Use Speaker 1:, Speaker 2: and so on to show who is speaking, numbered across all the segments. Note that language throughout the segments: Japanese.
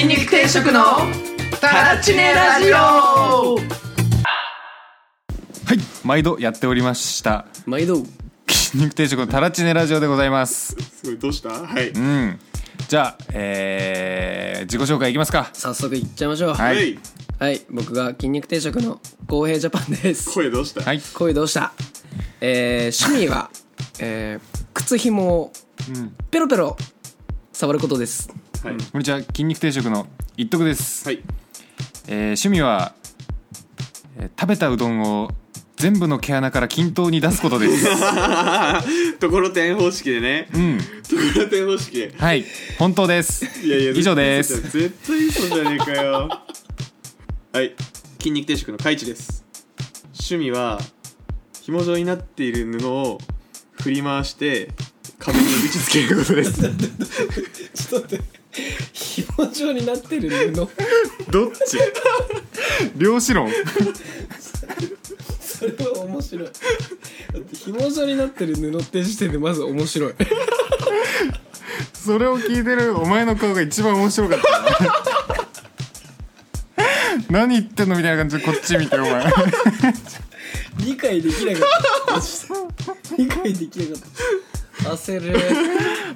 Speaker 1: 食のタラチネラジオ
Speaker 2: はい毎度やっておりました
Speaker 1: 毎度
Speaker 2: 筋肉定食のタラチネラジオでございます
Speaker 3: すごいどうしたはい、
Speaker 2: うんじゃあえー、自己紹介いきますか
Speaker 1: 早速いっちゃいましょう
Speaker 2: は
Speaker 3: はいい、
Speaker 1: はい僕が筋肉定食の公平ジャパンです
Speaker 3: 声どうした、
Speaker 2: はい
Speaker 1: 声どうしたえー、趣味は、えー、靴ひもをペロペロ触ることです
Speaker 3: はい
Speaker 2: こんにちは筋肉定食の一徳です、
Speaker 3: はい
Speaker 2: えー趣味は、えー食べたうどんを全部の毛穴から均等に出すことです
Speaker 3: ところてん方式でね、
Speaker 2: うん
Speaker 3: ところてん方式で
Speaker 2: はい本当です
Speaker 3: いやいや
Speaker 2: 以上です
Speaker 3: 絶対嘘じゃねえかよはい筋肉定食のカイチです趣味は紐状になっている布を振り回して壁に打ち付けることです
Speaker 1: ちょっと待って紐状になってる布
Speaker 3: どっち
Speaker 2: 量子論
Speaker 1: それは面白いだって紐状になってる布って時点でまず面白い
Speaker 2: それを聞いてるお前の顔が一番面白かったな何言ってんのみたいな感じでこっち見てお前
Speaker 1: 理解できなかったマジで理解できなかった焦る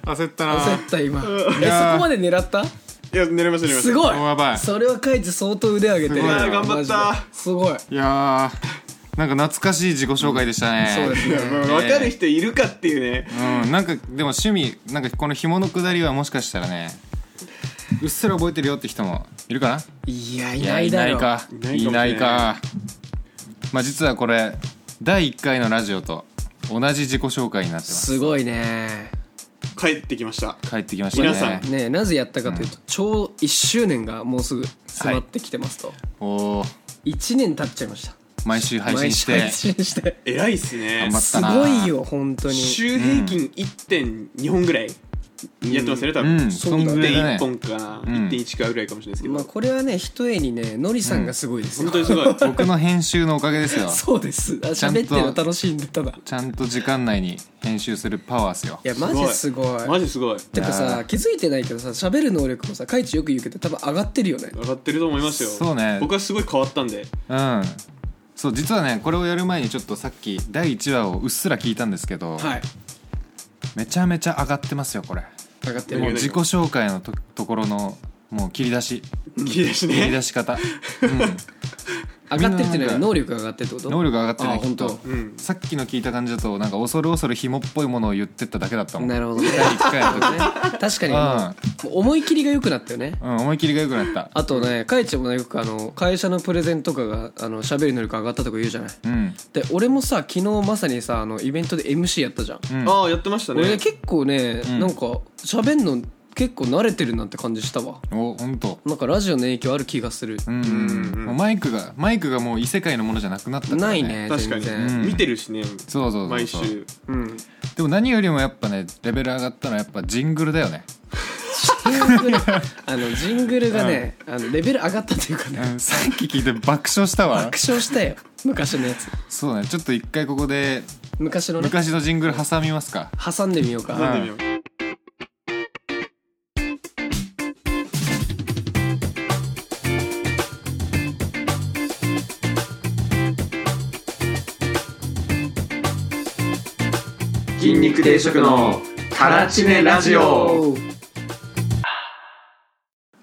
Speaker 2: 焦ったな
Speaker 1: 焦った今え
Speaker 2: やー
Speaker 1: そこまで狙った
Speaker 3: いや狙いました狙いました
Speaker 1: すごい
Speaker 2: やばい
Speaker 1: それはカイツ相当腕上げてる
Speaker 2: すごいな
Speaker 3: 頑張った
Speaker 1: マジですご
Speaker 2: い
Speaker 1: い
Speaker 2: やーなんか懐かしい自己紹介でしたね、
Speaker 1: そうです
Speaker 3: いや
Speaker 1: ね
Speaker 3: まあ分かる人いるかっていうね
Speaker 2: うん、なんかでも趣味なんかこの紐のくだりはもしかしたらねうっすら覚えてるよって人もいるかない
Speaker 1: やい
Speaker 2: い
Speaker 1: な
Speaker 2: や
Speaker 1: い
Speaker 2: い
Speaker 1: だ
Speaker 2: ない
Speaker 1: ろ
Speaker 2: か
Speaker 3: い
Speaker 2: い
Speaker 3: ないかも
Speaker 2: な
Speaker 3: しれない
Speaker 2: いかまあ実はこれ第1回のラジオと同じ自己紹介になってます
Speaker 1: すごいね
Speaker 3: 帰ってきました
Speaker 2: 帰ってきましたね
Speaker 3: 皆さん
Speaker 1: ねなぜやったかというと、ちょうど1周年がもうすぐ迫ってきてますと、
Speaker 2: おお
Speaker 1: 1年経っちゃいました
Speaker 2: 毎週配信して
Speaker 1: 毎週配信して
Speaker 3: 偉いっすね
Speaker 2: 頑張っ
Speaker 1: す
Speaker 2: たな
Speaker 1: ごいよ本当に
Speaker 3: 週平均1.2本ぐらいやってますよね、多分、
Speaker 2: うんそんぐらいだね
Speaker 3: 1.1本かな、
Speaker 2: ん
Speaker 3: 1.1かぐらいかもしれないですけど、
Speaker 1: まあこれはね一重にねのりさんがすごいですよ、
Speaker 3: 本当にすご い
Speaker 2: 僕の編集のおかげですよ
Speaker 1: そうですあ
Speaker 2: ちゃんと
Speaker 1: 喋ってるの楽しいんでただ
Speaker 2: ちゃんと時間内に編集するパワーっすよ
Speaker 1: いやマジすごい
Speaker 3: マジすごい
Speaker 1: てか
Speaker 2: いや
Speaker 1: さ
Speaker 2: ー
Speaker 1: 気づいてないけどさ喋る能力もさカイチよく言うけど多分上がってるよね
Speaker 3: 上がってると思いますよ
Speaker 2: そうね
Speaker 3: 僕はすごい変わったんで
Speaker 2: うんそう実はねこれをやる前にちょっとさっき第1話をうっすら聞いたんですけど、
Speaker 1: はい
Speaker 2: めちゃめちゃ上がってますよこれ
Speaker 1: 上がって
Speaker 2: もう
Speaker 1: る
Speaker 2: 自己紹介のとところのもう切り出し
Speaker 3: 切り出し
Speaker 2: 切り
Speaker 3: ね
Speaker 2: 出し方、
Speaker 1: 上がってるって
Speaker 2: み
Speaker 1: いうの
Speaker 2: んなな
Speaker 1: は
Speaker 2: んか
Speaker 1: 能力が上がってるってこと
Speaker 2: 能力上がってる
Speaker 1: あ
Speaker 2: ねきっ
Speaker 1: 本
Speaker 2: と
Speaker 1: 当。
Speaker 3: うん
Speaker 2: さっきの聞いた感じだとなんか恐る恐る紐っぽいものを言ってっただけだったもん
Speaker 1: なるほどね
Speaker 2: 第1回の時
Speaker 1: ね確かに
Speaker 2: あ
Speaker 1: もう思い切りが良くなったよね
Speaker 2: うん、思い切りが良くなった
Speaker 1: あとねカイチもねよくあの会社のプレゼンとかがあの喋る能力上がったとか言うじゃない
Speaker 2: うん
Speaker 1: で俺もさ昨日まさにさあのイベントで MC やったじゃん
Speaker 2: うん
Speaker 3: ああやってました
Speaker 1: 俺ね
Speaker 3: ね
Speaker 1: 結構ね、
Speaker 2: ん
Speaker 1: なんか喋んの結構慣れてるなって感じしたわ
Speaker 2: お本当。
Speaker 1: なんかラジオの影響ある気がする、
Speaker 2: うん
Speaker 3: うんうん
Speaker 2: もうマイクがマイクがもう異世界のものじゃなくなったから
Speaker 1: ないね
Speaker 3: 確かに、
Speaker 1: 全然
Speaker 2: うん
Speaker 3: 見てるしね
Speaker 2: そうそうそうそう
Speaker 3: 毎週
Speaker 1: うん
Speaker 2: でも何よりもやっぱねレベル上がったのはやっぱジングルだよね、
Speaker 1: ジングルあのジングルがね、あのレベル上がったというかね
Speaker 2: うん、さっき聞いて爆笑したわ
Speaker 1: 爆笑したよ昔のやつ
Speaker 2: そうねちょっと一回ここで
Speaker 1: 昔のね
Speaker 2: 昔のジングル挟みますか
Speaker 1: 挟んでみようか、
Speaker 2: ん
Speaker 3: 読んでみよう
Speaker 1: 筋肉定食の
Speaker 3: タラチネラジオ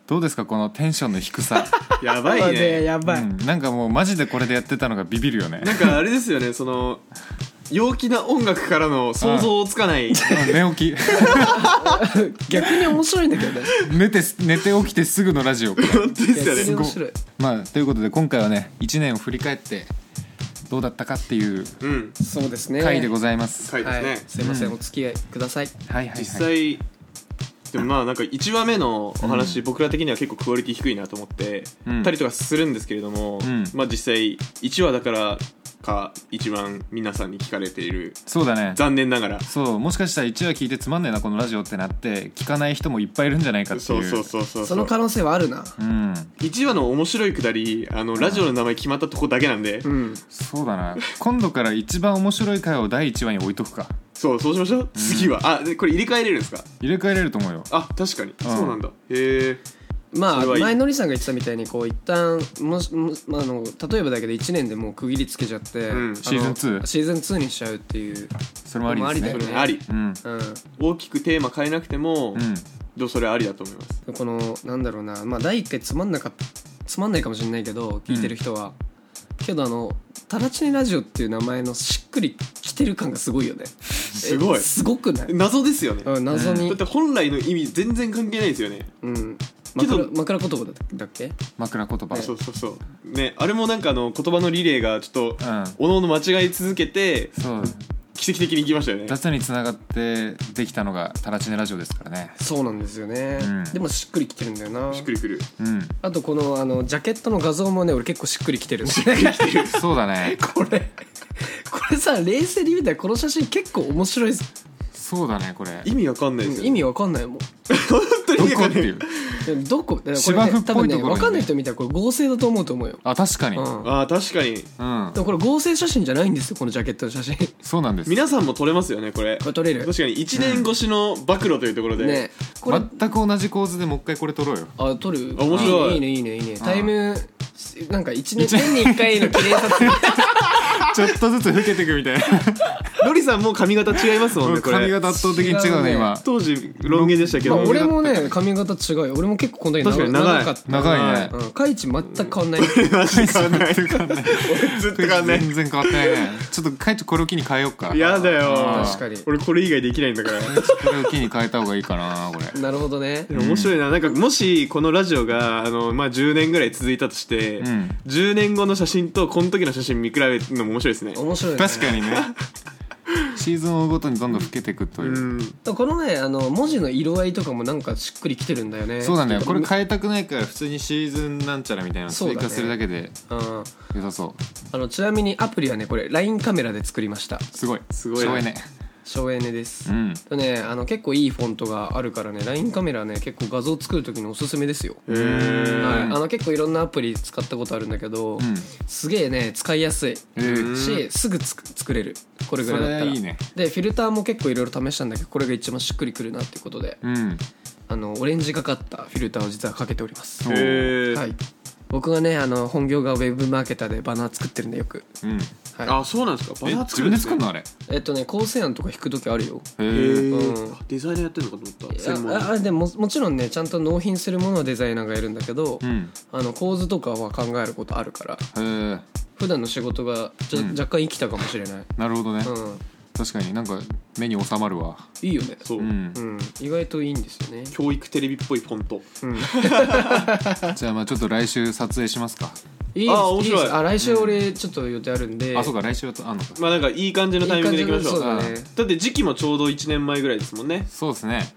Speaker 2: どうですかこのテンションの低さ、
Speaker 3: や ばいね
Speaker 1: やばい、
Speaker 2: うんなんかもうマジでこれでやってたのがビビるよね
Speaker 3: なんかあれですよねその陽気な音楽からの想像つか ない
Speaker 2: うん寝起き
Speaker 1: 逆に面白いんだけどね
Speaker 2: 寝て寝て起きてすぐのラジオ
Speaker 3: 本当 ですよ
Speaker 1: 逆に
Speaker 3: ね
Speaker 1: 面白い
Speaker 2: まあということで今回はね1年を振り返ってどうだったかっていう
Speaker 3: うん
Speaker 1: そうですね
Speaker 2: 回でございます、
Speaker 3: 回ですね、
Speaker 1: はい、すいません、お付き合いください
Speaker 2: はいはいはい
Speaker 3: 実際でもまあなんか1話目のお話、僕ら的には結構クオリティ低いなと思って
Speaker 2: うん
Speaker 3: たりとかするんですけれども、
Speaker 2: うん
Speaker 3: まあ実際1話だからか一番皆さんに聞かれている
Speaker 2: そうだね
Speaker 3: 残念ながら
Speaker 2: そうもしかしたら1話聞いてつまんねえなこのラジオってなって聞かない人もいっぱいいるんじゃないかって
Speaker 3: そ
Speaker 2: いう
Speaker 3: うそう
Speaker 2: う
Speaker 3: そうそう
Speaker 1: その可能性はあるな
Speaker 2: うん
Speaker 3: 1話の面白いくだりあのラジオの名前決まったとこだけなんで、
Speaker 1: うん
Speaker 2: そうだな今度から一番面白い回を第1話に置いとくか
Speaker 3: そうそうしましょう、次はあでこれ入れ替えれるんですか
Speaker 2: 入れ替えれると思うよ
Speaker 3: あ確かに、
Speaker 2: ん
Speaker 3: そうなんだへえ
Speaker 1: まあ
Speaker 3: それはいい
Speaker 1: 前のりさんが言ってたみたいにこう一旦もしもまああの例えばだけど1年でもう区切りつけちゃって、
Speaker 3: うん
Speaker 1: あの
Speaker 2: シーズン2
Speaker 1: シーズン2にしちゃうっていう、
Speaker 2: それもありです
Speaker 1: そ
Speaker 2: ね
Speaker 1: れも
Speaker 3: あり
Speaker 2: うん
Speaker 1: う
Speaker 3: 大きくテーマ変えなくても、
Speaker 2: うん
Speaker 3: でもそれありだと思います
Speaker 1: ん、このなんだろうな、まあ、第1回つまんなかっつまんないかもしれないけど聞いてる人は、けどあの「タラチネラジオ」っていう名前のしっくりきてる感がすごいよね
Speaker 3: すごい
Speaker 1: えすごくない、
Speaker 3: 謎ですよね、
Speaker 1: うん、謎
Speaker 3: だ
Speaker 1: に
Speaker 3: って、本来の意味全然関係ないですよね、
Speaker 1: うん、
Speaker 3: けど
Speaker 1: 枕枕言葉だだっけ
Speaker 2: 枕言葉
Speaker 3: そうそうそうねあれもなんかあの言葉のリレーがちょっと
Speaker 2: うん
Speaker 3: おのおの間違い続けて
Speaker 2: そう
Speaker 3: 奇跡的にいきましたよね
Speaker 2: 雑につながってできたのがタラチネラジオですからね
Speaker 1: そうなんですよね、
Speaker 2: うん
Speaker 1: でもしっくりきてるんだよな
Speaker 3: しっくりくる
Speaker 2: うん
Speaker 1: あとこのあのジャケットの画像もね俺結構しっくりきてるんで
Speaker 2: そうだね
Speaker 1: これこれさ冷静に見たらこの写真結構面白いです
Speaker 2: そうだねこれ
Speaker 3: 意味わかんないですよ、ね、
Speaker 1: 意味わかんないもん
Speaker 3: 本当に
Speaker 2: ど
Speaker 3: 意味わ
Speaker 2: こ
Speaker 3: か
Speaker 2: っ
Speaker 3: ん
Speaker 2: て
Speaker 3: ない
Speaker 2: いう
Speaker 1: でもどこだからこ
Speaker 2: 芝
Speaker 1: れ、
Speaker 2: 生
Speaker 1: ね、
Speaker 2: っぽ
Speaker 1: 多
Speaker 2: い
Speaker 1: 分ね
Speaker 2: ところにね
Speaker 1: わかんない人見たらこれ合成だと思うと思うよ、
Speaker 2: あ確かに
Speaker 1: う、
Speaker 2: うん
Speaker 1: で
Speaker 3: あー確かに
Speaker 2: ん
Speaker 1: もこれ合成写真じゃないんですよこのジャケットの写真こ
Speaker 2: そうなんです
Speaker 3: 皆さんも撮れますよねこ
Speaker 1: れ
Speaker 3: れ
Speaker 1: 撮れる
Speaker 3: 確かに1年越しの暴露というところで、
Speaker 1: ねこれ、
Speaker 2: 全く同じ構図でもう一回これ撮ろう よ
Speaker 1: あ撮る
Speaker 3: あ面白い
Speaker 1: いいねいいねいいねいいねタイムなんか1年年に1回の記念撮影
Speaker 2: ちょっとずつ老けてくみたいな
Speaker 3: ノリさんも髪型違いますもんねこれ
Speaker 2: 髪型圧倒的に違うね
Speaker 1: 違うね
Speaker 2: 今
Speaker 3: 当時ロン毛でしたけ
Speaker 1: まあ
Speaker 3: ど、
Speaker 1: 俺もね髪型違うよ俺も結構こんなに
Speaker 3: 確かに長い
Speaker 1: かった
Speaker 2: 長いね
Speaker 1: うん、カイチ全く変わんない
Speaker 3: マジ変わんない ずっと変わんない
Speaker 2: 全然変わってないねちょっと帰ってこれを機に変えようか
Speaker 3: やだよ
Speaker 2: うん
Speaker 1: 確かに
Speaker 3: 俺これ以外できないんだから
Speaker 2: これを機に変えた方がいいかなこれ
Speaker 1: なるほどね
Speaker 3: でも面白いななんかもしこのラジオがあの、まあ、10年ぐらい続いたとして、
Speaker 2: うん
Speaker 3: 10年後の写真とこの時の写真見比べるのも面白いですね
Speaker 1: 面白い、ね、
Speaker 2: 確かにねシーズンを追うごとにどんどん老けていくというう、
Speaker 3: ん
Speaker 1: このねあの文字の色合いとかもなんかしっくりきてるんだよね
Speaker 2: そうだねこれ変えたくないから普通にシーズンなんちゃらみたいなの
Speaker 1: そう
Speaker 2: 追
Speaker 1: だね
Speaker 2: 加するだけで
Speaker 1: うん
Speaker 2: 良さそう
Speaker 1: あのちなみにアプリはねこれ LINE カメラで作りました
Speaker 2: すごい
Speaker 3: すごいね
Speaker 2: すごいね
Speaker 1: 省エネです、
Speaker 2: うん
Speaker 1: とねあの結構いいフォントがあるからね LINE カメラね結構画像作る時におすすめですよ、
Speaker 3: へー
Speaker 1: はい、あの結構いろんなアプリ使ったことあるんだけど、
Speaker 2: うん
Speaker 1: すげえね使いやすい
Speaker 2: えー
Speaker 1: しすぐつく作れるこれぐらいだったら
Speaker 2: それはいいね
Speaker 1: でフィルターも結構いろいろ試したんだけどこれが一番しっくりくるなっていうことで
Speaker 2: うん
Speaker 1: あのオレンジがかったフィルターを実はかけております
Speaker 2: そ
Speaker 3: へ
Speaker 2: う
Speaker 3: え、
Speaker 1: はい、僕がねあの本業がウェブマーケターでバナー作ってるんでよく、
Speaker 2: うん
Speaker 1: は
Speaker 3: あそうなんですか
Speaker 2: え
Speaker 3: バナー
Speaker 2: 自分で作る
Speaker 3: んですね
Speaker 2: のあれへ
Speaker 1: い、えっとね構成案とか引く時あるよ
Speaker 2: え
Speaker 3: へえ、
Speaker 1: うん
Speaker 3: あデザイナーやってるのかと思った専門
Speaker 1: ああでももちろんねちゃんと納品するものはデザイナーがやるんだけど、
Speaker 2: うん
Speaker 1: あの構図とかは考えることあるから
Speaker 2: へえ
Speaker 1: 普段の仕事がじゃ、
Speaker 2: うん
Speaker 1: 若干生きたかもしれない、
Speaker 2: なるほどね
Speaker 1: うん、
Speaker 2: 確かになんか目に収まるわ
Speaker 1: いいよね
Speaker 3: そう、
Speaker 2: うん
Speaker 1: うん、意外といいんですよね
Speaker 3: 教育テレビっぽいフォント
Speaker 2: じゃあまあちょっと来週撮影しますか
Speaker 1: いいです
Speaker 3: あ面白い
Speaker 1: ですあ来週俺ちょっと予定あるんで、
Speaker 2: あそうか来週はとあんのか
Speaker 3: まあなんかいい感じのタイミングでいきましょう
Speaker 1: いい感じのそうだね
Speaker 3: だって時期もちょうど1年前ぐらいですもんね
Speaker 2: そうですね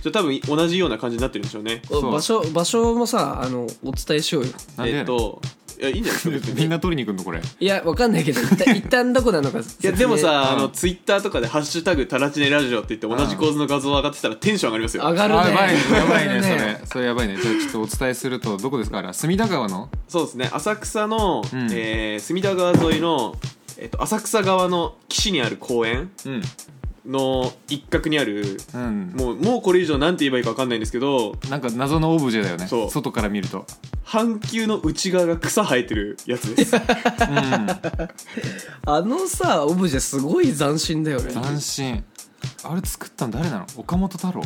Speaker 3: じゃあ多分同じような感じになってるんでしょうね
Speaker 1: お
Speaker 2: そう
Speaker 1: 場所場所もさあのお伝えしようよ
Speaker 2: なんで
Speaker 3: え
Speaker 2: やね
Speaker 3: っ
Speaker 2: ん
Speaker 3: といやいいんじゃないですか別に
Speaker 2: みんな撮りに行くのこれ
Speaker 1: いやわかんないけど一 旦一旦どこなのか
Speaker 3: いや
Speaker 1: 説明
Speaker 3: でもさ、
Speaker 2: うん
Speaker 3: あのツイッターとかで「ハッシュタグタラチネラジオ」って言って同じ構図の画像上がってたらテンション上がりますよ
Speaker 1: 上がるね
Speaker 2: あやばいねやばい
Speaker 1: 上
Speaker 2: ね
Speaker 1: がる
Speaker 2: それそれやばいねじゃあちょっとお伝えするとどこですかあれ隅田川の
Speaker 3: そうですね浅草の、
Speaker 2: うん
Speaker 3: えー隅田川沿いの、えっと浅草側の岸にある公園
Speaker 2: うん
Speaker 3: の一角にある
Speaker 2: うん
Speaker 3: もうもうこれ以上なんて言えばいいか分かんないんですけど
Speaker 2: なんか謎のオブジェだよね
Speaker 3: そう
Speaker 2: 外から見ると
Speaker 3: 半球の内側が草生えてるやつです
Speaker 1: あのさオブジェすごい斬新だよね
Speaker 2: 斬新あれ作ったの誰なの岡本太郎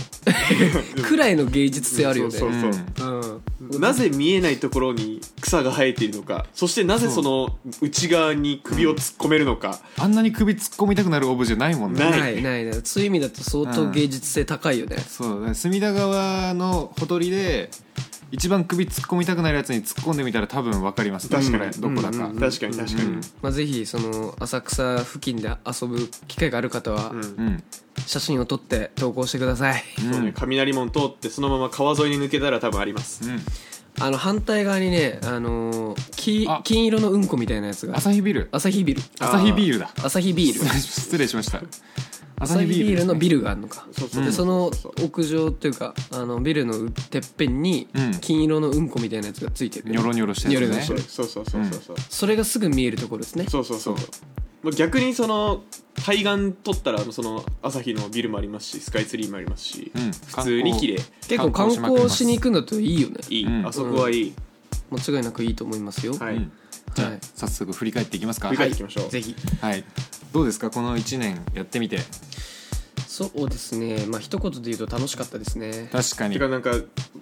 Speaker 1: くらいの芸術性あるよね
Speaker 3: そうそうそ
Speaker 1: うん
Speaker 3: うなぜ見えないところに草が生えているのかそしてなぜその内側に首を突っ込めるのか、
Speaker 2: あんなに首突っ込みたくなるオブジェないもんね
Speaker 3: ない
Speaker 1: ないないないそういう意味だと相当芸術性高いよね、
Speaker 2: そうだから隅田川のほとりで一番首突っ込みたくなるやつに突っ込んでみたら多分分かります
Speaker 3: 確かに
Speaker 2: これどこだか、
Speaker 1: うん
Speaker 3: 確かに確かに、
Speaker 2: うん
Speaker 1: まあ、ぜひその浅草付近で遊ぶ機会がある方は
Speaker 3: うん
Speaker 2: うん
Speaker 1: 写真を撮って投稿してください、
Speaker 3: そうね、雷門通ってそのまま川沿いに抜けたら多分あります、
Speaker 2: うん
Speaker 1: あの反対側にね、あのーき
Speaker 2: あ
Speaker 1: 金色のうんこみたいなやつが
Speaker 2: 朝日ビル
Speaker 1: 朝日ビル
Speaker 3: あ
Speaker 2: 朝日ビールだ
Speaker 1: 朝日ビール
Speaker 2: 失礼しました
Speaker 1: 朝日ビールのビ
Speaker 2: ル
Speaker 1: ルがあるのか
Speaker 3: そうそう
Speaker 1: でその
Speaker 3: そう
Speaker 1: 屋上というかあのビルのてっぺんに
Speaker 2: うん
Speaker 1: 金色のうんこみたいなやつがついてる
Speaker 2: ニョロニョロしたやつね
Speaker 1: ニョロニョロ
Speaker 3: そうそうそうそうそうそう
Speaker 1: それがすぐ見えるところですね
Speaker 3: そうそうそうまあ逆にその対岸取ったらその朝日のビルもありますしスカイツリーもありますし、
Speaker 2: うん
Speaker 3: 普通に綺麗
Speaker 1: 結構観光しに行くんだといいよね
Speaker 3: いい、
Speaker 2: うん
Speaker 3: あそこはいい、
Speaker 1: 間違いなくいいと思いますよ
Speaker 3: は
Speaker 2: う
Speaker 3: い、
Speaker 2: んじゃあ早速振り返っていきますか
Speaker 3: 振り返っていきましょう、
Speaker 1: ぜひ
Speaker 2: はいどうですかこの1年やってみて
Speaker 1: そうですねまあ一言で言うと楽しかったですね
Speaker 2: 確か
Speaker 3: て
Speaker 2: に
Speaker 3: かなんか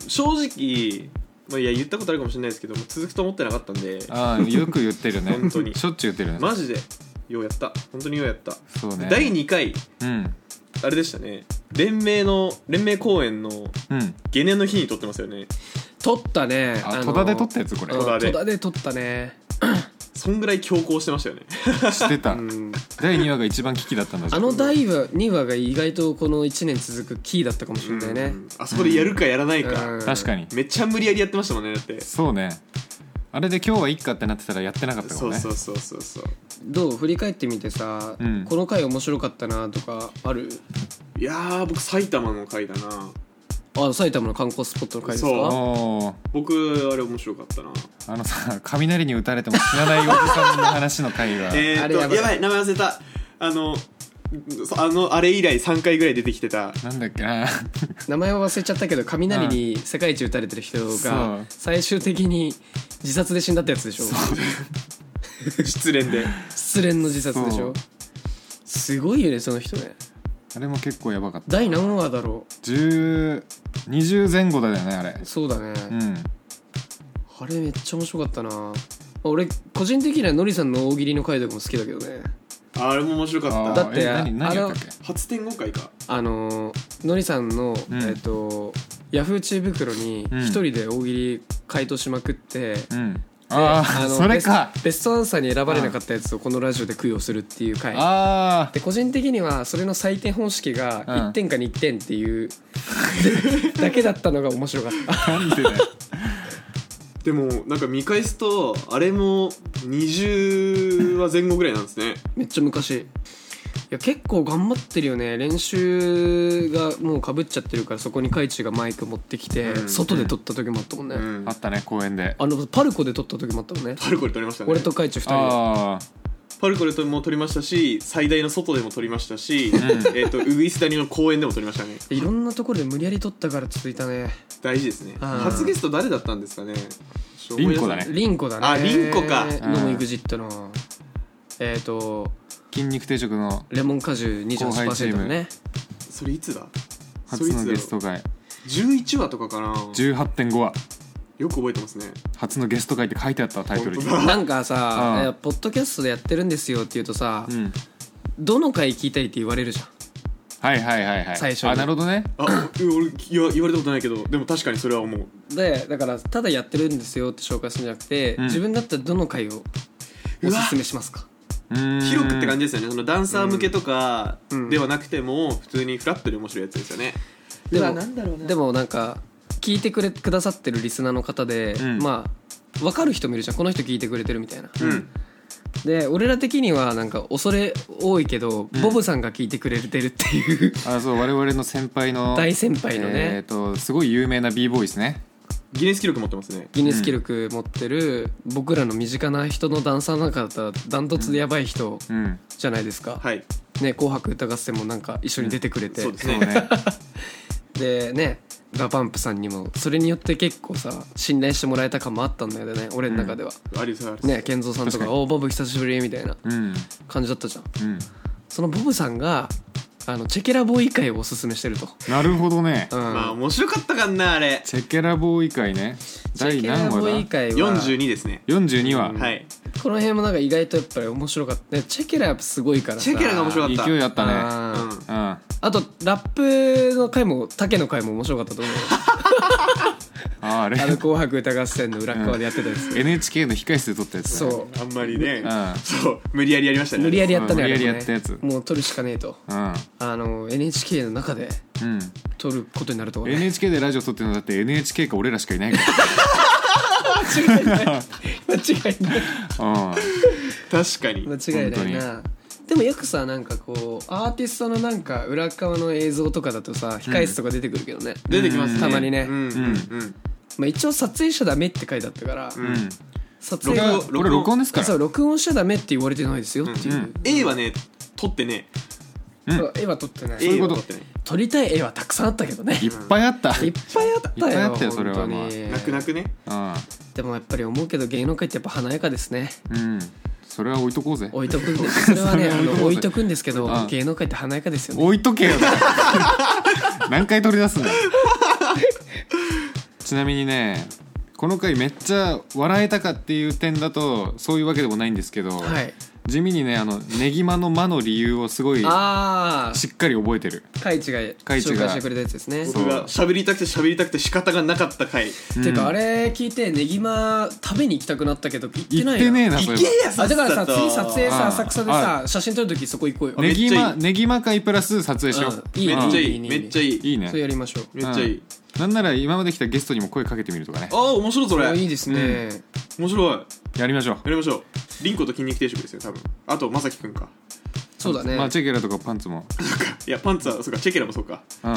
Speaker 3: 正直、まあ、いや言ったことあるかもしれないですけど続くと思ってなかったんで
Speaker 2: ああよく言ってるね
Speaker 3: 本当に
Speaker 2: しょっちゅう言ってるね、
Speaker 3: マジでようやった本当にようやった、
Speaker 2: そうね
Speaker 3: 第2回
Speaker 2: うん
Speaker 3: あれでしたね連盟の連盟公演の
Speaker 2: うん
Speaker 3: ゲネの日に撮ってますよね
Speaker 1: 撮ったね
Speaker 2: あ
Speaker 1: の
Speaker 2: 戸田で撮ったやつこれ
Speaker 1: うん
Speaker 3: 戸田で
Speaker 1: 戸田で撮ったね
Speaker 3: そんぐらい強行してましたよね
Speaker 2: して た
Speaker 1: うん
Speaker 2: 第2話が一番危機だったんだじゃ
Speaker 1: あ
Speaker 2: ん
Speaker 1: の第2話が意外とこの1年続くキーだったかもしれないね
Speaker 3: うんあそこでやるかやらないか、
Speaker 1: うん
Speaker 2: 確かに
Speaker 3: めっちゃ無理やりやってましたもんねだって
Speaker 2: そうねあれで今日はいっかってなってたらやってなかったか
Speaker 3: そ
Speaker 2: も
Speaker 3: う
Speaker 2: ね
Speaker 3: そうそうそうそう
Speaker 1: どう振り返ってみてさ
Speaker 2: うん
Speaker 1: この回面白かったなとかある
Speaker 3: いやー僕埼玉の回だな
Speaker 1: あ埼玉の観光スポットの回です
Speaker 3: そ
Speaker 1: か
Speaker 3: う
Speaker 2: おー
Speaker 3: 僕あれ面白かったな
Speaker 2: あのさ雷に打たれても死なないおじさんの話の回が
Speaker 3: えー、
Speaker 1: あ
Speaker 3: っ
Speaker 1: れ
Speaker 3: と
Speaker 1: や
Speaker 3: や
Speaker 1: ばい
Speaker 3: ばい名前忘れたあのそあのあれ以来3回ぐらい出てきてた
Speaker 2: なんだっけな
Speaker 1: 名前は忘れちゃったけど雷に世界一打たれてる人
Speaker 2: そ
Speaker 1: が
Speaker 2: う
Speaker 1: 最終的に自殺で死んだってやつでしょ
Speaker 3: 失恋で
Speaker 1: 失恋の自殺でしょすごいよねその人ね
Speaker 2: あれも結構やばかった
Speaker 1: 第何話だろ
Speaker 2: 1020前後だよねあれ
Speaker 1: うそうだね、
Speaker 2: うん
Speaker 1: あれめっちゃ面白かったなまあ俺個人的にはのりさんの大喜利の回とかも好きだけどね
Speaker 3: ああれも面白か
Speaker 2: あ
Speaker 3: っ
Speaker 2: ー
Speaker 1: だ
Speaker 3: た
Speaker 1: って
Speaker 2: え何何やったっけ
Speaker 3: 初天狗会か
Speaker 1: あのーのりさんの、
Speaker 2: うん
Speaker 1: えっとヤフー知恵袋に
Speaker 2: うん
Speaker 1: 一人で大喜利回答しまくって、
Speaker 2: うんあ
Speaker 1: で
Speaker 2: あ
Speaker 1: の
Speaker 2: それか
Speaker 1: ベスベストアンサーに選ばれなかったやつをこのラジオで供養するっていう回
Speaker 2: あ
Speaker 1: で個人的にはそれの採点方式が
Speaker 2: うん
Speaker 1: 1点か2点っていう、 だけだったのが面白かった
Speaker 2: あなんでだよ
Speaker 3: でもなんか見返すとあれも20は前後ぐらいなんですね
Speaker 1: めっちゃ昔いや結構頑張ってるよね練習がもうかぶっちゃってるからそこにカイチがマイク持ってきて、
Speaker 3: うん
Speaker 1: 外で撮った時もあったもんね、
Speaker 3: うん
Speaker 2: あったね公園で
Speaker 1: あのパルコで撮った時もあったもんね
Speaker 3: パルコで撮りましたね
Speaker 1: 俺とカイチ2人で
Speaker 2: ああ
Speaker 3: パルコでも撮りましたし最大の外でも撮りましたし、
Speaker 2: ん
Speaker 3: えっとウグイス谷の公園でも撮りましたね
Speaker 1: いろんなところで無理やり撮ったから続いたね
Speaker 3: 大事ですね
Speaker 1: あー
Speaker 3: 初ゲスト誰だったんですかね
Speaker 2: リンコだね
Speaker 1: リンコだね
Speaker 3: あリンコか
Speaker 1: ノンイグジットのえっ、と
Speaker 2: 筋肉定食の
Speaker 1: レモン果汁
Speaker 2: 後輩チー
Speaker 1: 28%
Speaker 2: ム
Speaker 1: のね
Speaker 3: それいつだそ
Speaker 2: 初
Speaker 3: れい
Speaker 2: の
Speaker 3: つ
Speaker 2: ゲ
Speaker 3: だろ
Speaker 2: スト
Speaker 3: う
Speaker 2: 会
Speaker 3: 11話とかかな
Speaker 2: 18.5話
Speaker 3: よく覚えてますね
Speaker 2: 初のゲスト会って書いてあったタイトルに
Speaker 3: 本当だ
Speaker 1: なんかさ、
Speaker 2: うん
Speaker 1: いやポッドキャストでやってるんですよって言うとさ、
Speaker 2: うん
Speaker 1: どの回聞いたいって言われるじゃん
Speaker 2: はいはいはいはい
Speaker 1: 最初に
Speaker 2: あなるほどね
Speaker 3: あう俺言わ言われたことないけどでも確かにそれは思う
Speaker 1: でだからただやってるんですよって紹介するんじゃなくて、
Speaker 2: うん
Speaker 1: 自分だったらどの回をおすすめしますか
Speaker 2: 広
Speaker 3: 広くって感じですよねそのダンサー向けとか
Speaker 1: ん
Speaker 3: ではなくても普通にフラットで面白いやつですよね
Speaker 1: で
Speaker 3: うわ
Speaker 1: も
Speaker 3: なんだろうな
Speaker 1: でもなんか聞いてくれくださってるリスナーの方で、
Speaker 2: うん
Speaker 1: まあ分かる人もいるじゃんこの人聞いてくれてるみたいな、
Speaker 3: うん
Speaker 1: で俺ら的にはなんか恐れ多いけど、ボブさんが聞いてくれてるっていう
Speaker 2: あそう我々の先輩の
Speaker 1: 大先輩の
Speaker 2: えっ
Speaker 1: ね、
Speaker 2: とすごい有名な b ボーイですね
Speaker 3: ギネス記録持ってますね
Speaker 1: ギネス記録持ってる僕らの身近な人のダンサーの中だったらダントツでやばい人
Speaker 2: うん
Speaker 1: じゃないですか、
Speaker 3: はい
Speaker 1: ね「紅白歌合戦」もなんか一緒に出てくれて、
Speaker 3: そうです
Speaker 2: そう
Speaker 3: ね
Speaker 2: ね
Speaker 1: でねガパンプさんにもそれによって結構さ信頼してもらえた感もあったんだよね俺の中では、
Speaker 3: ありそうありそう
Speaker 1: ね健三さんと
Speaker 2: 確
Speaker 1: か
Speaker 2: か
Speaker 1: 「おおボブ久しぶり」みたいな
Speaker 2: うん
Speaker 1: 感じだったじゃん
Speaker 2: うん
Speaker 1: そのボブさんがあのチェケラボーイ会をおすすめしてると、
Speaker 2: なるほどね
Speaker 1: うん
Speaker 3: まあ面白かったかんなあれ
Speaker 2: チェケラボーイ会ね
Speaker 1: チェ
Speaker 2: 第
Speaker 1: ケラ
Speaker 2: 何
Speaker 1: ボーイ
Speaker 2: 話だ
Speaker 1: 会は
Speaker 3: 42ですね
Speaker 2: 42話
Speaker 3: はい
Speaker 1: この辺もなんか意外とやっぱり面白かったねチェケラやっぱすごいからさ
Speaker 3: チェケラが面白かった
Speaker 2: 勢いあったね
Speaker 1: あー
Speaker 3: うん
Speaker 2: うん
Speaker 1: あとラップの回も竹の回も面白かったと 思う
Speaker 2: あーあれ
Speaker 1: あの「紅白歌合戦」の裏側でやってたやつ、
Speaker 2: NHK の控室で撮ったやつだね
Speaker 1: そう
Speaker 3: あんまりね
Speaker 2: うん
Speaker 3: そう無理やりやりましたね
Speaker 1: 無理やりやったね
Speaker 2: うん
Speaker 1: あれ
Speaker 2: 無
Speaker 1: もね
Speaker 2: 理やりやったやつ
Speaker 1: もう撮るしかねえとあの NHK の中で
Speaker 2: うん
Speaker 1: 撮ることになると
Speaker 2: う
Speaker 1: は
Speaker 2: ん
Speaker 1: ね
Speaker 2: NHK でラジオ撮ってるのだって NHK か俺らしかいないか
Speaker 1: 間違いない 間違いない
Speaker 2: らうん
Speaker 3: 確かに
Speaker 1: 間違いないなでもよくさなんかこうアーティストのなんか裏側の映像とかだとさ控え室とか出てくるけどね、
Speaker 3: 出てきますね
Speaker 1: たまにね
Speaker 3: うんうん
Speaker 1: まあ、一応撮影しちゃダメって書いてあったから、
Speaker 2: うん
Speaker 1: 撮
Speaker 2: こ
Speaker 1: 影
Speaker 2: れ
Speaker 1: は
Speaker 3: 録音
Speaker 2: 録音ですか
Speaker 1: そう
Speaker 2: ら
Speaker 1: 録音しちゃダメって言われてないですよっていう、
Speaker 2: うん
Speaker 3: A はね撮ってね
Speaker 2: うん
Speaker 1: そう絵は撮ってない
Speaker 3: え
Speaker 2: ういうこと
Speaker 3: 絵を撮ってない
Speaker 1: 撮りたい絵はたくさんあったけどね
Speaker 2: いっぱいあった
Speaker 1: いっぱいあったよ
Speaker 2: いっぱいあったよそれはまあ
Speaker 1: 本当に
Speaker 3: 泣く泣くね
Speaker 1: でもやっぱり思うけど芸能界ってやっぱ華やかですね
Speaker 2: うん、うん、それは置いとこうぜ
Speaker 1: 置いとくんでそれはね
Speaker 2: それは
Speaker 1: あの置
Speaker 2: 置
Speaker 1: い
Speaker 2: い
Speaker 1: と
Speaker 2: と
Speaker 1: くんですけど
Speaker 2: うん
Speaker 1: 芸能界って華やかですよね
Speaker 2: 置いとけよ 何回取り出すんだよちなみにねこの回めっちゃ笑えたかっていう点だとそういうわけでもないんですけど、
Speaker 1: はい
Speaker 2: 地味にねあのねぎまの「間」の理由をすごい
Speaker 1: ああ
Speaker 2: しっかり覚えてる
Speaker 1: カイチが紹介
Speaker 2: カイチが
Speaker 1: してくれたやつですね
Speaker 2: そう
Speaker 3: 僕が喋りたくて喋りたくて仕方がなかった回
Speaker 1: ていう
Speaker 2: う
Speaker 1: か
Speaker 2: ん
Speaker 1: あれ聞いてネギマ食べに行きたくなったけど行って
Speaker 2: 言
Speaker 1: な
Speaker 2: っ
Speaker 1: い
Speaker 2: てねえな
Speaker 3: 行
Speaker 2: そうい
Speaker 3: け
Speaker 2: え
Speaker 3: や
Speaker 1: あだからさ次撮影さ
Speaker 2: あ
Speaker 1: 浅草でさ写真撮るときそこ行こうよ
Speaker 2: ば
Speaker 3: め
Speaker 2: ね
Speaker 3: っちゃいい
Speaker 2: ぎまねぎま会プラス撮影しよう
Speaker 1: うんいい
Speaker 3: め
Speaker 1: ね
Speaker 3: っちゃいい
Speaker 1: ね
Speaker 3: めっちゃいい
Speaker 2: いいね
Speaker 1: それやりましょう
Speaker 3: めっちゃいい
Speaker 2: なんなら今まで来たゲストにも声かけてみるとかね
Speaker 3: ああ面白いそれ
Speaker 1: あいいですね
Speaker 3: 面白いや
Speaker 2: やりましょう
Speaker 3: りましょうリンコと筋肉定食ですよ多分あとまさきくんか
Speaker 1: そうだね
Speaker 2: まあチェケラとかパンツも
Speaker 3: いやパンツはそうかチェケラもそうか
Speaker 2: うん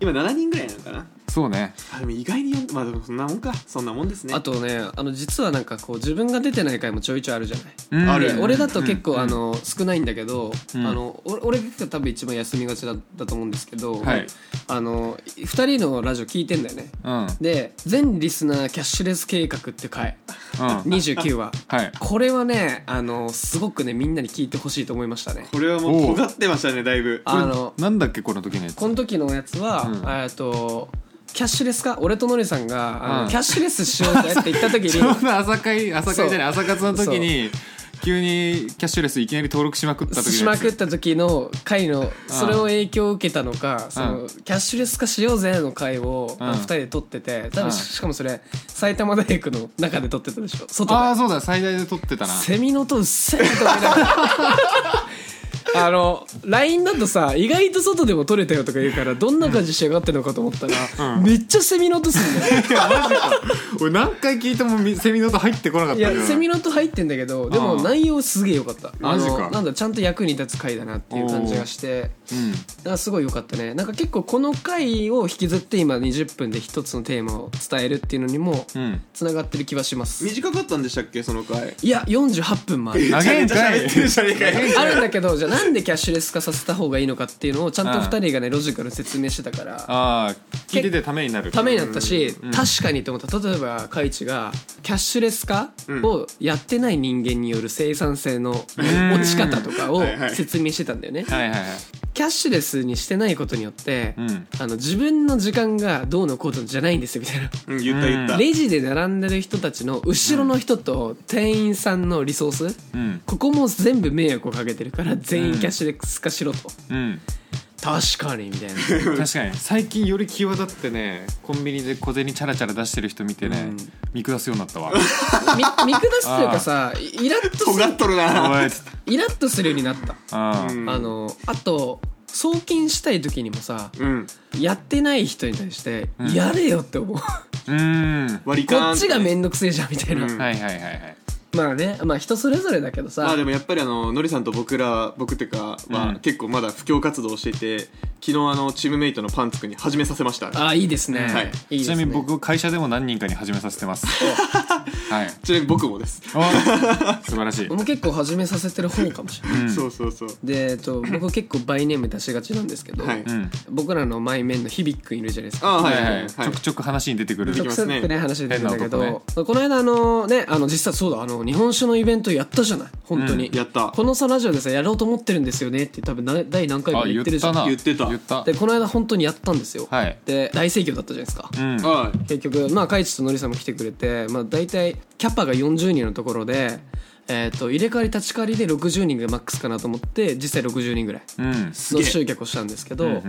Speaker 3: 今7人ぐらいなのかな
Speaker 2: そうね
Speaker 3: あでも意外に4まあでもそんなもんかそんなもんですね
Speaker 1: あとねあの実はなんかこう自分が出てない回もちょいちょいあるじゃない
Speaker 2: うん
Speaker 3: ある
Speaker 1: で俺だと結
Speaker 2: う
Speaker 1: 構
Speaker 2: ん
Speaker 1: あの少ないんだけど
Speaker 2: う
Speaker 1: あ
Speaker 2: ん
Speaker 1: のお俺が多分一番休みがちだだと思うんですけど
Speaker 2: はい
Speaker 1: あの2人のラジオ聞いてんだよね
Speaker 2: うんうん
Speaker 1: で全リスナーキャッシュレス計画って回
Speaker 2: は
Speaker 1: 29話
Speaker 2: い
Speaker 1: これはねあのすごくねみんなに聞いてほしいと思いましたね
Speaker 3: これはもう
Speaker 2: おう
Speaker 3: 尖ってましたねだいぶ
Speaker 1: あの
Speaker 2: なんだっけこの時のやつ
Speaker 1: この時のやつは、
Speaker 2: うん
Speaker 1: えっとキャッシュレスか俺とノリさんがあの、
Speaker 2: うん
Speaker 1: キャッシュレスしようぜって言った時
Speaker 2: ちょう
Speaker 1: に
Speaker 2: ど朝会朝会じゃない朝活の時に急にキャッシュレスいきなり登録しまくった時のやつ
Speaker 1: しまくった時の回のそれを影響を受けたのか、そのキャッシュレス化しようぜの回を、
Speaker 2: うん
Speaker 1: あの二人で撮ってて多分、
Speaker 2: うん
Speaker 1: しかもそれ埼玉大学の中で撮ってたでしょ外で
Speaker 2: ああそうだ最大で撮ってたな
Speaker 1: セミの音うっせえと思いながらあの LINE だとさ意外と外でも撮れたよとか言うからどんな感じ仕上がってるのかと思ったら、めっちゃセミの音すんだよ
Speaker 2: いやマジか俺何回聞いてもみセミの音入ってこなかっ
Speaker 1: い
Speaker 2: た
Speaker 1: や
Speaker 2: けど
Speaker 1: セミの音入ってんだけどでも
Speaker 2: うん
Speaker 1: 内容すげえ良かった
Speaker 2: マジか
Speaker 1: あのなんだちゃんと役に立つ回だなっていう感じがして
Speaker 2: うん
Speaker 1: だからすごい良かったねなんか結構この回を引きずって今20分で一つのテーマを伝えるっていうのにも
Speaker 2: うん
Speaker 1: つながってる気はします
Speaker 3: 短かったんでしたっけその回
Speaker 1: いや48分まで
Speaker 2: 長えんかい
Speaker 3: めちゃめちゃ喋ってるじゃねえかよ
Speaker 1: あるんだけどじゃあなんでキャッシュレス化させた方がいいのかっていうのをちゃんと2人がねロジカルに説明してたから
Speaker 2: ああ聞いててためになる
Speaker 1: ためになったし
Speaker 2: ん
Speaker 1: 確かにと思った例えばカイチがキャッシュレス化をやってない人間による生産性の
Speaker 2: ん
Speaker 1: 落ち方とかを
Speaker 3: はいはい
Speaker 1: 説明してたんだよね
Speaker 2: はいはいはい
Speaker 1: キャッシュレスにしてないことによって
Speaker 2: うん
Speaker 1: あの自分の時間がどうのこうのじゃないんですよみたいな
Speaker 3: うん言った言った
Speaker 1: レジで並んでる人たちの後ろの人と店員さんのリソース
Speaker 2: うん
Speaker 1: ここも全部迷惑をかけてるから全員キャッシュレス化しろと。
Speaker 2: うん
Speaker 1: 確かにみたいな
Speaker 2: 確かに最近より際立ってねコンビニで小銭チャラチャラ出してる人見てね、
Speaker 1: うん
Speaker 2: 見下すようになったわ
Speaker 1: み見下すというかさイラッとす
Speaker 3: 尖っとるな
Speaker 2: おいっつって
Speaker 1: イラッとするようになった、
Speaker 2: あー
Speaker 3: うん
Speaker 1: あのあと送金したい時にもさ
Speaker 3: うん
Speaker 1: やってない人に対して「
Speaker 2: ん
Speaker 1: やれよ」って思うこ
Speaker 2: うんは
Speaker 3: 割り勘
Speaker 1: っちが面倒くせえじゃんみたいな、
Speaker 3: うん
Speaker 2: いはいはいはい
Speaker 1: まあねまあ人それぞれだけどさ、
Speaker 3: まあでもやっぱりあののりさんと僕ら僕ってか
Speaker 2: う
Speaker 3: は
Speaker 2: ん
Speaker 3: 結構まだ布教活動をしていて昨日あのチームメイトのパンツくんに始めさせました
Speaker 1: あいいですね、
Speaker 3: はい
Speaker 1: い
Speaker 2: ち
Speaker 1: ですね
Speaker 2: なみに僕会社でも何人かに始めさせてますはい
Speaker 3: ちなみに僕もです、
Speaker 2: お素晴らしい
Speaker 1: 僕も結構始めさせてる方かもしれない
Speaker 3: そうそうそう
Speaker 1: で、えっと、僕結構バイネーム出しがちなんですけど、
Speaker 3: はい
Speaker 2: うん
Speaker 1: 僕らのマイメンの響くんいるじゃないですか
Speaker 3: ああ
Speaker 2: は
Speaker 3: はいい
Speaker 2: は
Speaker 3: はいい
Speaker 2: は
Speaker 3: は
Speaker 2: ち
Speaker 3: いい、
Speaker 2: ょくちょく話に出てくる
Speaker 3: 出てき
Speaker 1: く
Speaker 3: ま
Speaker 1: さ
Speaker 3: す
Speaker 1: く
Speaker 3: ね
Speaker 1: ね話出てるんだけど、
Speaker 2: 変な
Speaker 1: この間あのねあの実はそうだあの日本酒のイベントやったじゃない本当に、
Speaker 3: うんやった
Speaker 1: このさラジオでさやろうと思ってるんですよねって多分な第何回か
Speaker 2: あ言
Speaker 1: 言
Speaker 2: っ
Speaker 1: っ
Speaker 2: て
Speaker 1: るじゃ
Speaker 2: た
Speaker 1: ん
Speaker 2: な
Speaker 3: 言ってた
Speaker 2: 言った
Speaker 1: でこの間本当にやったんですよ、
Speaker 2: はい
Speaker 1: で大盛況だったじゃないですか、
Speaker 2: うん
Speaker 3: は
Speaker 1: 結局まあカイチとノリさんも来てくれて、まあ、大体キャパが40人のところで、えー、と入れ替わり立ち替わりで60人がマックスかなと思って実際60人ぐらい
Speaker 2: うん
Speaker 3: す
Speaker 1: の
Speaker 3: げえ
Speaker 1: 集客をしたんですけ
Speaker 2: う
Speaker 1: ど、
Speaker 2: んうんうん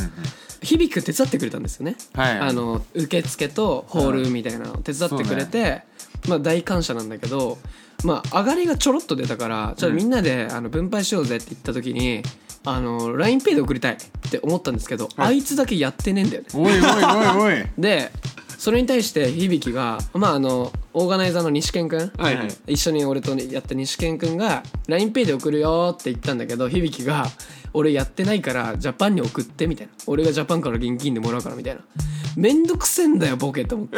Speaker 1: 響くん手伝ってくれたんですよね、
Speaker 2: はい
Speaker 1: あの受付とホールみたいなのを手伝ってくれて、まあ大感謝なんだけどまあ上がりがちょろっと出たからちょっとみんなであの分配しようぜって言った時に、あの LINEPay で送りたいって思ったんですけど、あいつだけやってねえんだよね
Speaker 2: おいおいおいおい
Speaker 1: でそれに対して響がまああのオーガナイザーの西健くん
Speaker 3: いはいはい
Speaker 1: 一緒に俺とやった西健くんが LINEPay で送るよって言ったんだけど響が俺やってないからジャパンに送ってみたいな俺がジャパンから現金でもらうからみたいなめんどくせえんだよボケと思って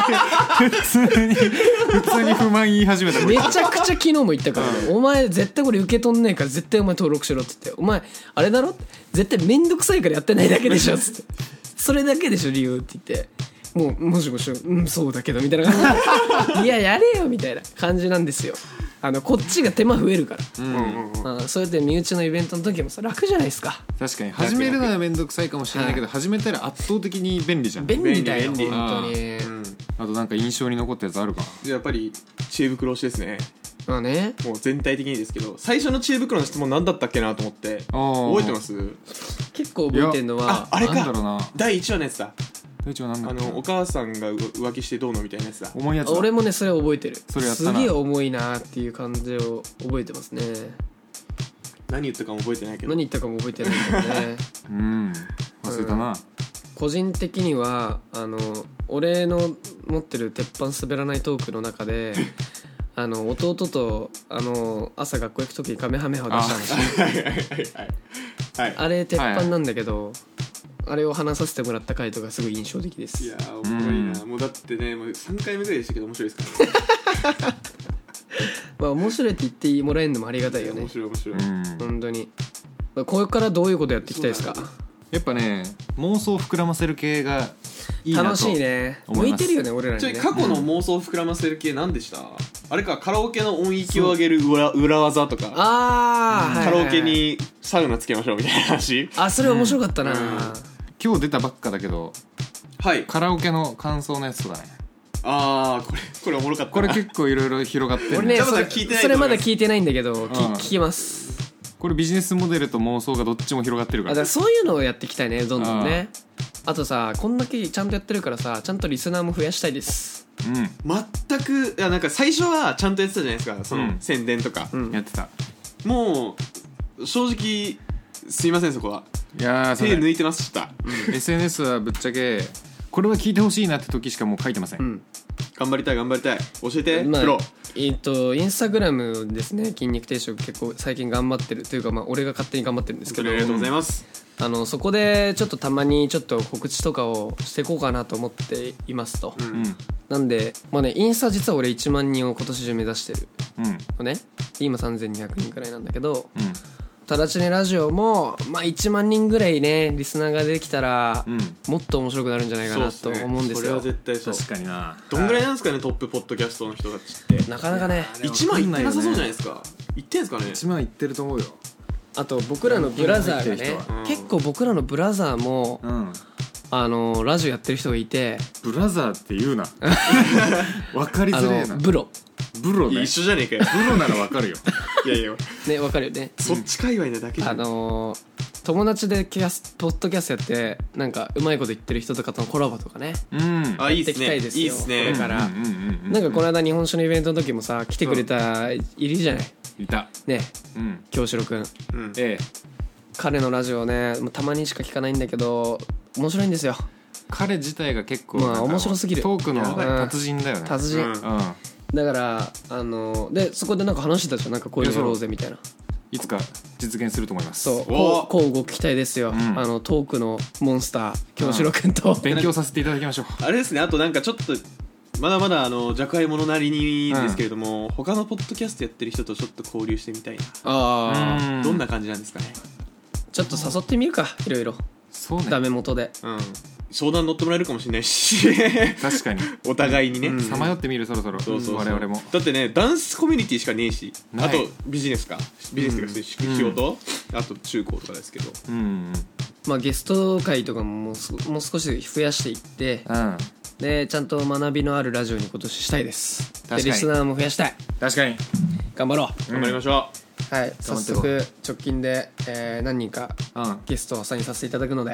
Speaker 2: 普通に普通に不満言い始めた
Speaker 1: めちゃくちゃ昨日も言ったから、ね、お前絶対これ受け取んねえから絶対お前登録しろっつってお前あれだろ絶対めんどくさいからやってないだけでし ょっつってそれだけでしょ理由って言ってもうもしもしうんそうだけどみたいな感 じでいややれよみたいな感じなんですよあのこっちが手間増えるから、
Speaker 2: うんうんうん
Speaker 1: あーそれで身内のイベントの時もさ楽じゃないですか
Speaker 2: 確かに始めるのは面倒くさいかもしれないけど始めたら圧倒的に便利じゃん
Speaker 1: 便利だよ
Speaker 3: 便利
Speaker 1: 本当に
Speaker 3: うん
Speaker 2: あとなんか印象に残ったやつあるかな
Speaker 3: じゃあやっぱり知恵袋推しですね
Speaker 1: まあね
Speaker 3: もう全体的にですけど最初の知恵袋の質問何だったっけなと思って
Speaker 2: あー
Speaker 3: 覚えてます
Speaker 1: 結構覚えてるのは
Speaker 3: ああれ
Speaker 2: な
Speaker 3: か
Speaker 2: んだろうな
Speaker 3: 第1話のやつだ
Speaker 2: 大地はなんだ
Speaker 3: あ
Speaker 2: っけな
Speaker 3: のお母さんがう浮気してどうのみたいなやつだ
Speaker 2: 重いやつだ
Speaker 1: 俺もねそれ覚えてる
Speaker 2: それやった
Speaker 1: す
Speaker 2: な
Speaker 1: げえ重いなっていう感じを覚えてますね
Speaker 3: 何言ったかも覚えてないけど
Speaker 1: 何言ったかも覚えてないけどね
Speaker 2: うん忘れたな
Speaker 1: 個人的にはあの俺の持ってる鉄板滑らないトークの中 であの弟とあの朝学校行く時にカメハメハを出した話
Speaker 3: はいはいはいはい
Speaker 1: あ
Speaker 3: は
Speaker 1: れ鉄板なんだけど、あれを話させてもらった回とかすごい印象的で
Speaker 3: いいや
Speaker 1: す
Speaker 3: ーおもろいな、もうだってねもう3回目ぐらいでしたけど面白いですからね
Speaker 1: まあ面白いって言ってもらえるのもありがたいよね
Speaker 3: 面白い面白い、
Speaker 2: うん
Speaker 1: 本当にまあこれからどういうことやっていきたいですか
Speaker 3: そうだね
Speaker 2: やっぱね妄想膨らませる系がいいなと
Speaker 1: 楽しいね
Speaker 2: 思
Speaker 1: 向
Speaker 2: い
Speaker 1: い
Speaker 2: ます
Speaker 1: てるよね俺らに
Speaker 3: ちょい
Speaker 1: ね
Speaker 3: 過去の妄想を膨らませる系何でした、あれかカラオケの音域を上げる裏裏技とか
Speaker 1: ああ
Speaker 3: カラオケにサウナつけましょうみたいな話
Speaker 1: あそれ面白かったな、
Speaker 3: うん
Speaker 2: 今日出たばっかだけど
Speaker 3: はい
Speaker 2: カラオケの感想のやつとかね
Speaker 3: ああこれこれおもろかった
Speaker 2: これ
Speaker 3: な
Speaker 2: 結構いろいろ広がってる
Speaker 1: 俺ね
Speaker 3: ジャム
Speaker 1: そ
Speaker 3: さん
Speaker 1: れ
Speaker 3: 聞いてない
Speaker 1: それ
Speaker 3: と思
Speaker 1: ま
Speaker 3: いま
Speaker 1: だ
Speaker 3: す
Speaker 1: 聞いてないんだけど、き
Speaker 2: うん
Speaker 1: 聞きます
Speaker 2: これビジネスモデルと妄想がどっちも広がってる
Speaker 1: あ
Speaker 2: か
Speaker 1: だかららそういうのをやっていきたいねどんどんねあとさこんだけちゃんとやってるからさちゃんとリスナーも増やしたいです
Speaker 3: 全くいやなんか最初はちゃんとやってたじゃないですかその、
Speaker 2: うん
Speaker 3: 宣伝とか、
Speaker 1: うん
Speaker 2: うんやってた
Speaker 3: もう正直すいませんそこはい
Speaker 2: やーそ
Speaker 3: 手抜
Speaker 2: れ
Speaker 3: いてました、
Speaker 2: SNS はぶっちゃけこれは聞いてほしいなって時しかもう書いてません、
Speaker 1: うん
Speaker 3: 頑張りたい頑張りたい教えて、
Speaker 1: まあ
Speaker 3: プロ
Speaker 1: えっ、とインスタグラムですね筋肉定食結構最近頑張ってるというかまあ俺が勝手に頑張ってるんですけ
Speaker 3: そ
Speaker 1: ど
Speaker 3: れありがとうございます、
Speaker 1: あのそこでちょっとたまにちょっと告知とかをしていこうかなと思っていますと、
Speaker 3: うん
Speaker 2: うん
Speaker 1: なんでまあねインスタ実は俺1万人を今年中目指してる
Speaker 2: うんうん
Speaker 1: のね今3200人くらいなんだけどただちねラジオも、まあ、1万人ぐらいねリスナーができたら、
Speaker 2: うん
Speaker 1: もっと面白くなるんじゃないかな
Speaker 3: そ
Speaker 1: と
Speaker 3: うっすね
Speaker 1: 思うんです
Speaker 3: それ
Speaker 1: よ
Speaker 3: は絶対そう
Speaker 2: かにな
Speaker 3: どんぐらいなんですかねトップポッドキャストの人たちって
Speaker 1: なかなかね
Speaker 3: 1万いってなさそうじゃないですかいってんすかね
Speaker 2: 1万いってると思うよ
Speaker 1: あと僕らのブラザーがね
Speaker 3: うん
Speaker 1: 結構僕らのブラザーも、
Speaker 2: うん
Speaker 1: あのラジオやってる人がいて
Speaker 2: ブラザーって言うなわかり
Speaker 1: あ
Speaker 2: づれえ
Speaker 1: の
Speaker 2: な
Speaker 1: ブロ
Speaker 2: ブロ
Speaker 3: いや
Speaker 2: ね
Speaker 3: 一緒じゃねえかよ
Speaker 2: ブロならわかるよ
Speaker 3: いやいや
Speaker 1: ねわかるよね
Speaker 3: そっち界隈なだけじゃ
Speaker 1: あ
Speaker 3: ん
Speaker 1: の友達でキャスポッドキャストやってなんかうまいこと言ってる人とかとのコラボとかね
Speaker 2: うん
Speaker 3: あいいっす
Speaker 1: や
Speaker 3: ね
Speaker 1: っていきたいですよ
Speaker 3: いっすね
Speaker 1: だから
Speaker 2: うんうんうんうん
Speaker 1: なんかこの間日本酒のイベントの時もさ来てくれたいるじゃない
Speaker 2: いた
Speaker 1: ね
Speaker 2: うん
Speaker 1: 京志郎くん
Speaker 3: うん
Speaker 2: ええ
Speaker 1: 彼のラジオねもうたまにしか聞かないんだけど面白いんですよ
Speaker 2: 彼自体が結構
Speaker 1: まあ
Speaker 2: なんか
Speaker 1: 面白すぎる
Speaker 2: トークの
Speaker 1: やばい
Speaker 2: 達人だよね
Speaker 1: 達人、
Speaker 3: うん
Speaker 2: うん
Speaker 1: だからあのでそこでなんか話してたじゃんなんかこういうのやろうぜみたいない
Speaker 2: つか実現すると思います
Speaker 1: そう
Speaker 3: お
Speaker 1: こうこう動きたいですよ、
Speaker 2: ん
Speaker 1: あのトークのモンスター京志郎くんと、
Speaker 2: 勉強させていただきましょう
Speaker 3: あれですねあとなんかちょっとまだまだあの若輩者なりにですけれども、他のポッドキャストやってる人とちょっと交流してみたいな、
Speaker 1: ああ
Speaker 2: う
Speaker 3: どんな感じなんですかね
Speaker 1: ちょっと誘ってみるかいろいろ
Speaker 2: そうね
Speaker 1: ダメ元で
Speaker 3: うん相談乗ってもらえるかもしれな いし
Speaker 2: 確かに
Speaker 3: お互いにね、
Speaker 2: さまよってみるそろそろ
Speaker 3: そうそうそう
Speaker 2: 我々も
Speaker 3: だってねダンスコミュニティしかねえし
Speaker 2: ない
Speaker 3: あとビジネスかビジネスとかそういう仕
Speaker 2: うん
Speaker 3: 仕事、あと中高とかですけど
Speaker 2: うんうん
Speaker 1: まあゲスト会とかももうすもう少し増やしていって
Speaker 2: うん
Speaker 1: でちゃんと学びのあるラジオに今年したいです
Speaker 2: 確か
Speaker 1: で
Speaker 2: に
Speaker 1: リスナーも増やしたい
Speaker 2: 確かに
Speaker 1: 頑張ろう
Speaker 3: 頑張りましょ、
Speaker 1: はい、
Speaker 2: 頑
Speaker 1: 早
Speaker 2: 張っていこう
Speaker 1: 速直近で、えー何人か
Speaker 2: うんうん
Speaker 1: ゲストをサインさせていただくので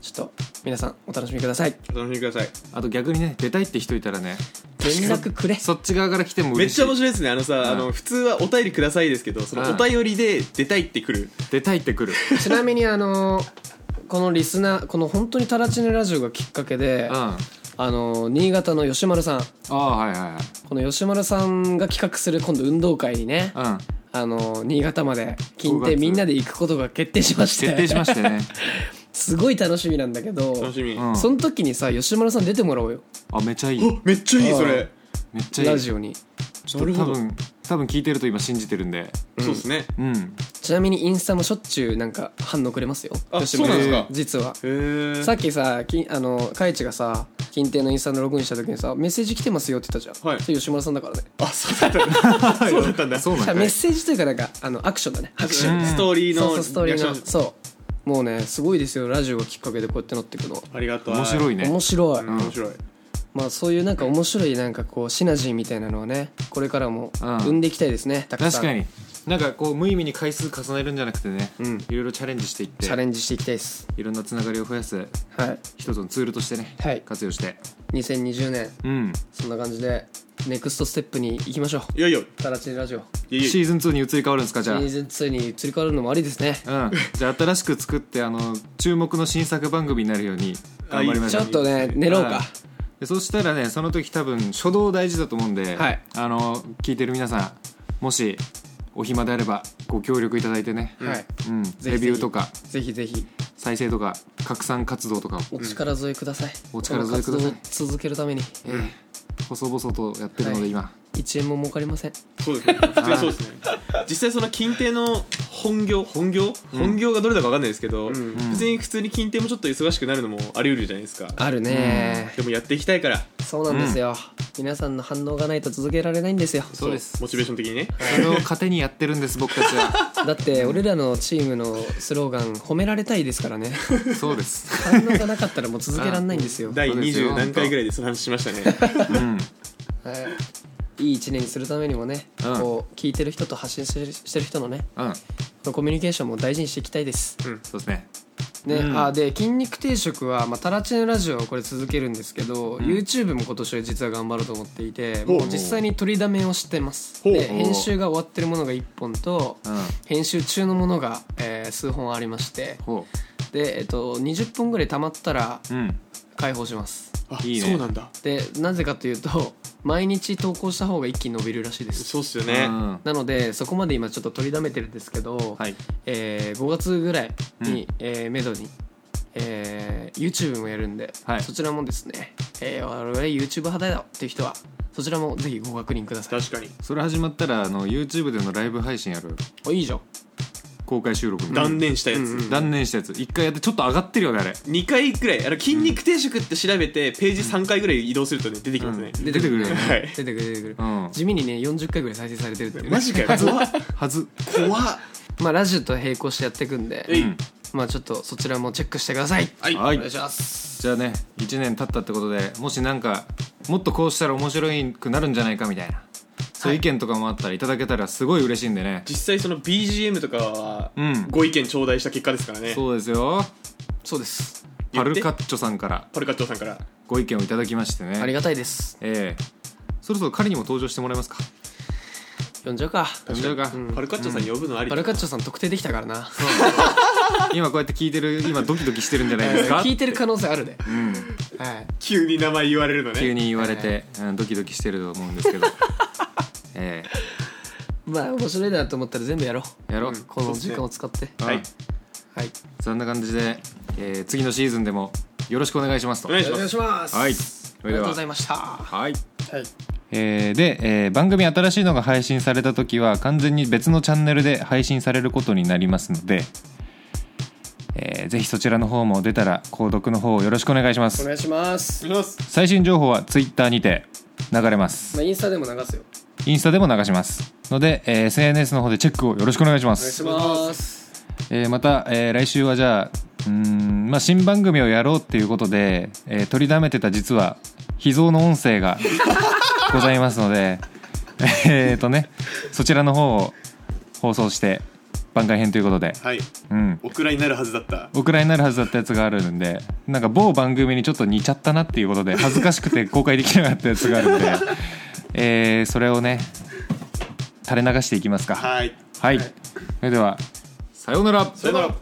Speaker 1: ちょっと皆さんお楽しみくださいう
Speaker 3: お楽しみください
Speaker 2: あと逆にね出たいって人いたらね
Speaker 1: 連絡くれ
Speaker 2: そっち側から来ても
Speaker 3: めっ
Speaker 2: 嬉し
Speaker 3: ちゃ面
Speaker 2: い
Speaker 3: 白いですねあのさ、あの普通はお便りくださいですけどその
Speaker 2: うん
Speaker 3: お便りで出たいってくる、
Speaker 2: 出たいってくる
Speaker 1: ちなみにあのこのリスナーこの本当にタラチネラジオがきっかけで、
Speaker 2: うんあ
Speaker 1: あの新潟の吉丸さん
Speaker 2: あはいはいはい
Speaker 1: この吉丸さんが企画する今度運動会にね、
Speaker 2: うん
Speaker 1: あの新潟まで近
Speaker 2: 5月
Speaker 1: てみんなで行くことが決定しまして
Speaker 2: 決定しましてね
Speaker 1: すごい楽しみなんだけど
Speaker 3: 楽しみ、
Speaker 2: うん
Speaker 1: その時にさ吉村さん出てもらおうよ
Speaker 2: あめっちゃいい
Speaker 3: おめっちゃいいそ
Speaker 1: あ
Speaker 3: れ
Speaker 2: めっちゃい
Speaker 1: ラ
Speaker 2: い
Speaker 1: ジオに
Speaker 2: ちょっと多分多分聞いてると今信じてるんで
Speaker 3: そうですね
Speaker 2: うん
Speaker 1: ちなみにインスタもしょっちゅうなんか反応くれますよ
Speaker 3: あ
Speaker 1: 吉村さ
Speaker 3: そうなんですか
Speaker 1: 実は
Speaker 3: へえ
Speaker 1: さっきさきあのカイチがさ金亭のインスタのログインした時にさメッセージ来てますよって言ったじゃん、
Speaker 3: はい
Speaker 1: それ吉村さんだからね
Speaker 3: あそうだった んだそうだったんだ
Speaker 2: そうなん だ
Speaker 1: メッセージというかなんかあのアクションだねアクション
Speaker 2: うん
Speaker 3: ストーリー
Speaker 1: そう
Speaker 3: の
Speaker 1: そうストーリ
Speaker 3: リア
Speaker 1: ーの
Speaker 3: クション
Speaker 1: そうもうねすごいですよラジオがきっかけでこうやってなっていくの、
Speaker 3: ありがとう
Speaker 2: 面白いね
Speaker 1: 面白い、
Speaker 3: うん面白い
Speaker 1: まあそういうなんか面白いなんかこうシナジーみたいなのはねこれからも
Speaker 2: うん
Speaker 1: 生んでいきたいですね、たくさ
Speaker 2: 確
Speaker 1: ん
Speaker 2: かになんかこう無意味に回数重ねるんじゃなくてね
Speaker 1: うん
Speaker 2: いろいろチャレンジしていって
Speaker 1: チャレンジしていきたいです
Speaker 2: いろんなつながりを増やす
Speaker 1: はい
Speaker 2: 一つのツールとしてね、
Speaker 1: はい
Speaker 2: 活用して
Speaker 1: 2020年
Speaker 2: うん
Speaker 1: そんな感じでネクストステップに行きましょう
Speaker 3: いやいやい
Speaker 1: タラチネラジオ
Speaker 3: やい
Speaker 2: シーズン2に移り変わるんですかじゃ
Speaker 1: シ
Speaker 2: あ
Speaker 1: ーズン2に移り変わるのもありですね
Speaker 2: うん、じゃあ新しく作ってあの注目の新作番組になるように頑張りまし
Speaker 1: ち
Speaker 2: ょ
Speaker 1: ょ
Speaker 2: う
Speaker 1: っとね寝ろうか
Speaker 2: でそうしたらねその時多分初動大事だと思うんで、
Speaker 1: はい
Speaker 2: あの聞いてる皆さんもしお暇であればご協力いただいてね、
Speaker 1: はい
Speaker 2: うん、
Speaker 1: ひぜひ
Speaker 2: レビューとか
Speaker 1: ぜひぜひ
Speaker 2: 再生とか拡散活動とかを、
Speaker 1: お力添えください、
Speaker 2: お力添えください
Speaker 1: この活動を続けるために
Speaker 2: えー細々とやってるので
Speaker 1: はい
Speaker 2: 今、
Speaker 1: 1円も儲かりません
Speaker 3: やそうですね普通にそうですね実際その金亭の本業本業本業がどれだか分かんないですけど
Speaker 1: ん
Speaker 3: 別に普通に金亭もちょっと忙しくなるのもあり得るじゃないですか
Speaker 1: あるね
Speaker 3: でもやっていきたいから
Speaker 1: そうなんですよ、皆さんの反応がないと続けられないんですよ
Speaker 2: そうです
Speaker 3: モチベーション的にね
Speaker 2: それを糧にやってるんです僕たち は
Speaker 1: だって俺らのチームのスローガン褒められたいですか らね
Speaker 2: そうです
Speaker 1: 反応がなかったらもう続けられないんですよ、は
Speaker 3: 第
Speaker 2: そうですよ
Speaker 3: 20何回ぐらいでその話しましたね
Speaker 2: うん
Speaker 1: い、いい1年にするためにもね、
Speaker 2: うん
Speaker 1: こう聞いてる人と発信してるしてる人のね
Speaker 2: うん
Speaker 1: コミュニケーションも大事にしていきたいです
Speaker 2: そうですね
Speaker 1: ね、
Speaker 2: うん
Speaker 1: あで筋肉定食は、まあ、タラチネラジオはこれ続けるんですけど、YouTube も今年は実は頑張ろうと思っていて
Speaker 3: ほう
Speaker 1: もう実際に取りだめをしてます
Speaker 3: ほう
Speaker 1: で編集が終わってるものが1本と
Speaker 2: うん
Speaker 1: 編集中のものが、えー数本ありまして
Speaker 2: ほ
Speaker 1: で、えっと、20本ぐらい溜まったら
Speaker 2: ううん
Speaker 1: 解放します
Speaker 3: あ
Speaker 2: いいね
Speaker 3: そうなんだ
Speaker 1: でなぜかというと毎日投稿した方が一気に伸びるらしいです
Speaker 3: そうっすよね
Speaker 2: うん
Speaker 1: なのでそこまで今ちょっと取りだめてるんですけど、
Speaker 2: はい
Speaker 1: えー5月ぐらいに、
Speaker 2: うん
Speaker 1: えーめどに、えー YouTube もやるんで、
Speaker 2: はい
Speaker 1: そちらもですね、えー我々 YouTube 派だよっていう人はそちらもぜひご確認ください
Speaker 3: 確かに
Speaker 2: それ始まったらあの YouTube でのライブ配信やる
Speaker 1: おいいじゃん
Speaker 2: 公開収録みたいな
Speaker 3: 断念したや
Speaker 1: うんう
Speaker 3: つ
Speaker 1: ん
Speaker 2: 断念したやつ一回やってちょっと上がってるよねあれ
Speaker 3: 2回くらいあの筋肉定食って調べてページ3回ぐらい移動するとね出てきますね
Speaker 2: 出てくるよね
Speaker 3: はい
Speaker 1: 出てくる出てくる、
Speaker 2: うん
Speaker 1: 地味にね40回ぐらい再生されてるっていうね
Speaker 3: マジかよ怖っ
Speaker 2: はず
Speaker 3: 怖っ
Speaker 1: まあラジオと並行してやっていくんで、
Speaker 3: えい
Speaker 2: うん
Speaker 1: まあちょっとそちらもチェックしてください、
Speaker 3: はい
Speaker 2: はい
Speaker 1: お願いします
Speaker 2: じゃあね1年経ったってことでもしなんかもっとこうしたら面白くなるんじゃないかみたいなそういう意見とかもあったらいただけたらすごい嬉しいんでね
Speaker 3: 実際その BGM とかは
Speaker 2: うん
Speaker 3: ご意見頂戴した結果ですからね
Speaker 2: そうですよ
Speaker 1: そうです
Speaker 2: パルカッチョさんから
Speaker 3: パルカッチョさんから
Speaker 2: ご意見をいただきまして
Speaker 1: あり
Speaker 2: ね
Speaker 1: がたいです
Speaker 2: ええそろそろ彼にも登場してもらえますか
Speaker 1: 呼んじゃうか
Speaker 2: 大丈夫か
Speaker 3: パルカッチョさん呼ぶのあり
Speaker 1: バルカッチョさん特定できたからな
Speaker 2: 今こうやって聞いてる今ドキドキしてるんじゃないですか
Speaker 1: 聞いてる可能性あるで、
Speaker 2: うん
Speaker 1: はい、
Speaker 3: 急に名前言われるの
Speaker 2: 急
Speaker 3: ね
Speaker 2: に言われて、うんドキドキしてると思うんですけどえ
Speaker 1: まあ面白いなと思ったら全部やろ
Speaker 2: えやろう、
Speaker 1: うこの時間を使って
Speaker 2: うん
Speaker 3: はい
Speaker 1: はい
Speaker 2: そんな感じで、えー次のシーズンでもよろしくお願いしますと
Speaker 3: お願いします
Speaker 1: します
Speaker 2: はい
Speaker 1: あ
Speaker 2: そ
Speaker 1: り
Speaker 2: れで
Speaker 1: がとう
Speaker 2: は
Speaker 1: ございましたは
Speaker 2: はい
Speaker 1: い
Speaker 2: えーで、えー番組新しいのが配信された時は完全に別のチャンネルで配信されることになりますので、えーぜひそちらの方も出たら購読の方をよろしくお願いしま
Speaker 1: お
Speaker 2: す
Speaker 1: 願いします
Speaker 3: お、願いします
Speaker 2: 最新情報は Twitter にて流れます
Speaker 1: まあ、インスタでも流すよ
Speaker 2: インスタでも流しますので、えー SNS の方でチェックをよろしくお願いしま
Speaker 1: お願い
Speaker 2: す
Speaker 1: します
Speaker 2: えーまた、えー来週はじゃあうーん、まあ、新番組をやろうっていうことで、えー取りだめてた実は秘蔵の音声がございますのでえーとねそちらの方を放送して番外編ということで、
Speaker 3: はい
Speaker 2: うん、
Speaker 3: オクラになるはずだった
Speaker 2: お蔵になるはずだったやつがあるんでなんか某番組にちょっと似ちゃったなっていうことで恥ずかしくて公開できなかったやつがあるんで、えーそれをね垂れ流していきますか。
Speaker 3: はい
Speaker 2: はい、それではさようなら
Speaker 3: さよなら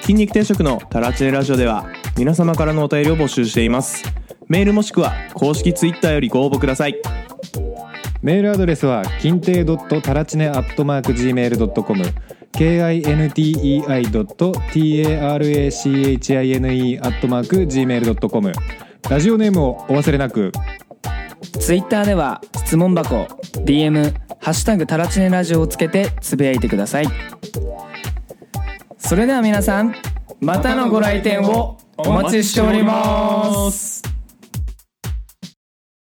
Speaker 4: 筋肉定食のタラチネラジオでは皆様からのお便りを募集していますメールもしくは公式ツイッターよりご応募ください
Speaker 2: メールアドレスは金亭ドットタラチネアットマーク gmail.com kintei.tarachine アットマーク gmail.com ラジオネームをお忘れなく
Speaker 5: ツイッターでは質問箱 DM「ハッシュタグタラチネラジオ」をつけてつぶやいてくださいそれでは皆さんまたのご来店をお待ちしております